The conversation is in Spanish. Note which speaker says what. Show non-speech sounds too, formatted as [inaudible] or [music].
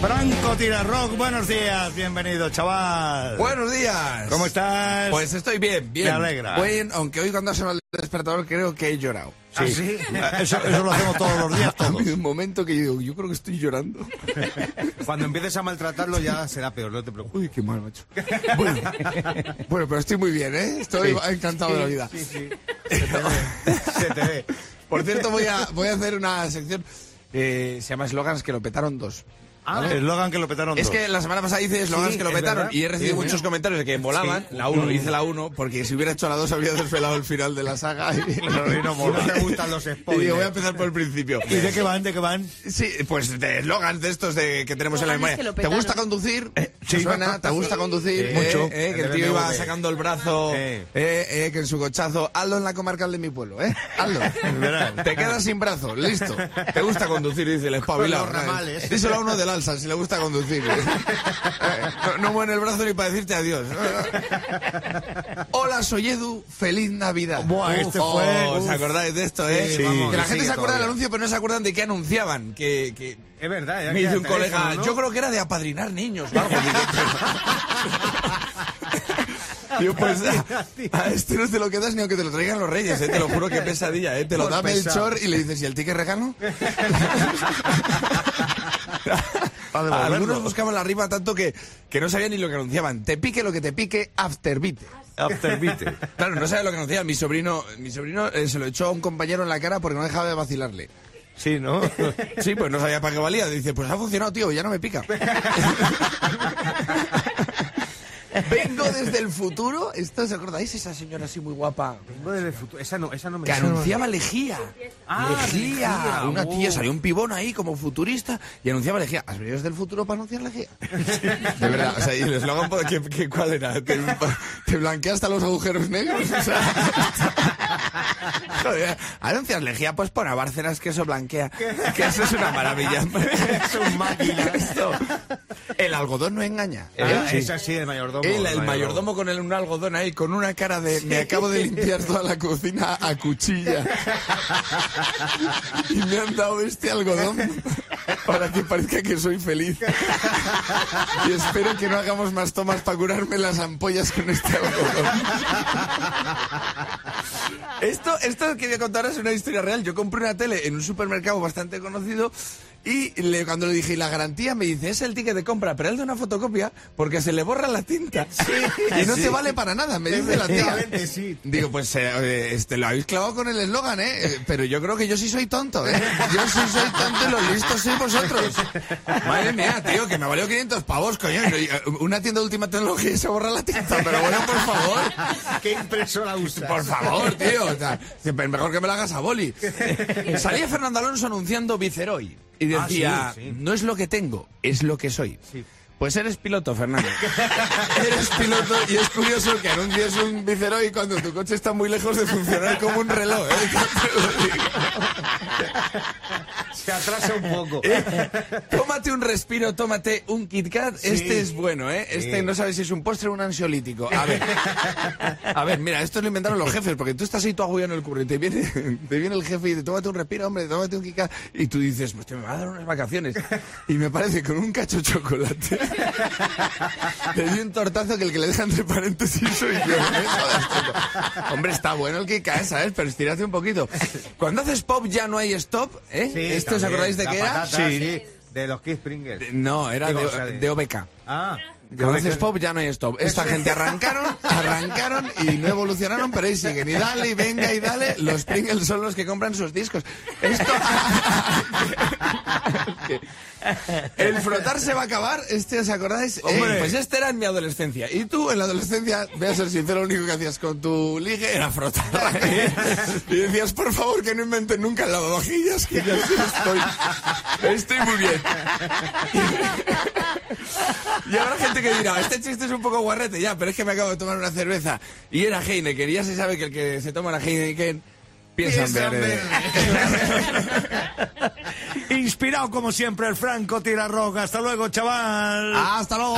Speaker 1: Franco Tirarrock, buenos días, bienvenido, chaval.
Speaker 2: Pues,
Speaker 3: Buenos días.
Speaker 1: ¿Cómo estás?
Speaker 3: Pues estoy bien, bien.
Speaker 1: Me alegra.
Speaker 3: Bien, aunque hoy cuando ha sonado el despertador creo que he llorado.
Speaker 1: ¿Ah,
Speaker 2: [laughs]
Speaker 1: sí? Eso, eso lo hacemos todos los días,
Speaker 3: [laughs] Ha
Speaker 1: todos.
Speaker 3: habido un momento que yo digo, yo creo que estoy llorando.
Speaker 2: Cuando empieces a maltratarlo ya será peor, no te preocupes.
Speaker 3: Uy, qué mal, macho. Bueno, bueno, pero estoy muy bien, ¿eh? Estoy encantado de la vida.
Speaker 2: Se te ve.
Speaker 3: Por cierto, voy a, voy a hacer una sección. eh, se llama eslogans que lo petaron dos.
Speaker 1: El
Speaker 2: Ah.
Speaker 1: Eslogan que lo petaron
Speaker 3: Es
Speaker 1: dos.
Speaker 3: que la semana pasada hice eslogans que lo
Speaker 2: es
Speaker 3: petaron
Speaker 2: verdad.
Speaker 3: y he recibido
Speaker 2: Sí,
Speaker 3: muchos comentarios de que volaban. La 1, hice la 1, porque si hubiera hecho la 2 habría desvelado el final de la saga. Y, [laughs]
Speaker 1: y no mola.
Speaker 2: No te gustan los
Speaker 3: Y digo, voy a
Speaker 2: spoilers.
Speaker 3: empezar por el principio.
Speaker 1: ¿Y de qué van? ¿De qué van?
Speaker 3: Sí, pues de eslogans de estos de, que tenemos en la memoria.
Speaker 4: Eslogans que lo
Speaker 3: ¿Te gusta
Speaker 4: petaron.
Speaker 3: conducir?
Speaker 1: sí.
Speaker 3: ¿Te suena? ¿Te gusta conducir?
Speaker 2: Sí.
Speaker 3: Mucho.
Speaker 2: Mucho.
Speaker 3: que el tío iba
Speaker 2: BMW.
Speaker 3: sacando el brazo,
Speaker 2: Eh.
Speaker 3: eh, eh, que en su cochazo. Hazlo en la comarcal de mi pueblo, ¿eh? Hazlo.
Speaker 1: Verás.
Speaker 3: Te quedas sin brazo, listo. ¿Te gusta conducir? Dice el espabilado. Eh,
Speaker 2: Con los ramales.
Speaker 3: Díselo a uno del alza si le gusta conducir. Eh, No, no mueve el brazo ni para decirte adiós. Hola, soy Edu. Feliz Navidad. Oh,
Speaker 1: Buah, este fue-
Speaker 3: ¿Os acordáis de esto, eh?
Speaker 1: Sí, vamos,
Speaker 3: que la
Speaker 2: que
Speaker 3: gente
Speaker 2: sigue
Speaker 3: se acuerda del
Speaker 2: todavía.
Speaker 3: anuncio, pero no se acuerdan de qué anunciaban. Que, que
Speaker 2: Es verdad. ya
Speaker 3: me
Speaker 2: queda
Speaker 3: dice un
Speaker 2: el teléfono,
Speaker 3: colega,
Speaker 2: ¿no?
Speaker 3: yo creo que era de apadrinar niños. o algo". Yo pues a, a este no te lo quedas ni aunque te lo traigan los reyes, ¿eh? te lo juro que pesadilla, ¿eh? te lo
Speaker 2: Por
Speaker 3: da
Speaker 2: pesado.
Speaker 3: Melchor y le dices, ¿y el ticket regalo?
Speaker 2: [laughs]
Speaker 1: devolverlo.
Speaker 3: Algunos buscaban la rima tanto que, que no sabían ni lo que anunciaban. Te pique lo que te pique, afterbite.
Speaker 2: Afterbite.
Speaker 3: Claro, no sabía lo que anunciaban. Mi sobrino, mi sobrino eh, se lo echó a un compañero en la cara porque no dejaba de vacilarle.
Speaker 1: Sí, ¿no?
Speaker 3: Sí, pues no sabía para qué valía. Dice, pues ha funcionado, tío, ya no me pica. Vengo desde el futuro. ¿Esto os acordáis? Esa señora así muy guapa.
Speaker 2: Vengo del futuro. Esa no, esa no me
Speaker 3: Que
Speaker 2: suena.
Speaker 3: anunciaba lejía.
Speaker 2: Ah,
Speaker 3: lejía.
Speaker 2: lejía,
Speaker 3: Una
Speaker 2: oh.
Speaker 3: tía, salió un pibón ahí como futurista y anunciaba lejía. ¿Has venido desde el futuro para anunciar
Speaker 2: [laughs]
Speaker 3: lejía? De verdad, o sea, y el eslogan, por- ¿qué- qué- ¿cuál era? ¿Te, te blanquea hasta los agujeros negros? O sea, joder, anuncias lejía, pues pon a Bárcenas que eso blanquea. Que eso es una
Speaker 2: [laughs]
Speaker 3: maravilla. es un máquina. Esto. El algodón no engaña.
Speaker 1: Eh,
Speaker 2: Ah,
Speaker 3: Sí.
Speaker 2: Esa sí, el mayordomo.
Speaker 3: Él, el mayordomo con el, un algodón ahí, con una cara de me acabo de limpiar toda la cocina a
Speaker 2: [laughs]
Speaker 3: cuchilla. y me han dado este algodón para que parezca que soy feliz. y espero que no hagamos más tomas para curarme las ampollas con este algodón. Esto, esto que voy a contar es una historia real. Yo compré una tele en un supermercado bastante conocido y le- cuando le dije, "¿Y la garantía, me dice, es el ticket de compra, pero el de una fotocopia porque se le borra la tinta. y no te vale para nada, me dice la tía.
Speaker 2: Efectivamente, sí.
Speaker 3: Digo, pues eh, eh, este, lo habéis clavado con el eslogan, ¿eh? Eh, Pero yo creo que yo sí soy tonto, ¿eh? Yo sí soy tonto y los listos sois vosotros. Madre mía, tío, que me valió 500 pavos, coño. Y no- y Una tienda de última tecnología y se borra la tinta, pero bueno, por favor.
Speaker 2: ¿Qué impresora usas?
Speaker 3: Por favor, tío. o sea, siempre mejor que me la hagas a [laughs] boli. Salía Fernando Alonso anunciando Viceroy y
Speaker 2: Ah, sí,
Speaker 3: decía,
Speaker 2: sí.
Speaker 3: no es lo que tengo, es lo que soy.
Speaker 2: Sí.
Speaker 3: Pues eres piloto, Fernando. [laughs] eres piloto y es curioso que anuncies un Viceroy cuando tu coche está muy lejos de funcionar como un reloj. ¿eh? [laughs] Te lo digo.
Speaker 2: Se atrasa un poco.
Speaker 3: Tómate un respiro, tómate un Kit Kat. Este es bueno, ¿eh? Este no sabes si es un postre o un ansiolítico. A ver. A ver, mira, esto lo inventaron los jefes, porque tú estás ahí todo agobiado en el curro y te viene, te viene el jefe y dice, tómate un respiro, hombre, tómate un Kit Kat. Y tú dices, pues te me va a dar unas vacaciones. Y me parece con un cacho de chocolate. Le di un tortazo que el que le deja entre paréntesis soy yo. ¿eh? Joder, chico. Hombre, está bueno el que cae, ¿sabes? Pero estirate un poquito. Cuando haces pop ya no hay stop, ¿eh?
Speaker 2: Sí,
Speaker 3: ¿Esto os
Speaker 2: también,
Speaker 3: acordáis de
Speaker 2: la
Speaker 3: qué era?
Speaker 2: patata, sí, De los Kiss Pringles.
Speaker 3: De- No, era
Speaker 2: Digo,
Speaker 3: de,
Speaker 2: o sea, de-
Speaker 3: de OBK.
Speaker 2: Ah.
Speaker 3: Entonces pop ya no hay stop. Esta gente arrancaron,
Speaker 2: [laughs]
Speaker 3: arrancaron y no evolucionaron, pero ahí siguen. Y dale, y venga, y dale. Los Pringles son los que compran sus discos. Esto... [laughs] El frotar se va a acabar, este, ¿os acordáis? Eh,
Speaker 2: Hombre.
Speaker 3: pues este era en mi adolescencia. Y tú, en la adolescencia, voy a ser sincero, lo único que hacías con tu ligue era
Speaker 2: [laughs]
Speaker 3: frotar. y decías, por favor, que no inventen nunca el lavavajillas, que ya sí estoy, estoy muy bien. Y habrá gente que dirá, este chiste es un poco guarrete ya, pero es que me acabo de tomar una cerveza. Y era Heineken, y ya se sabe que el que se toma la Heineken piensa en
Speaker 2: Piensa en
Speaker 3: verde. [laughs]
Speaker 1: Inspirado como siempre el Franco Tirarrock. Hasta luego, chaval.
Speaker 2: Ah,
Speaker 3: Hasta luego.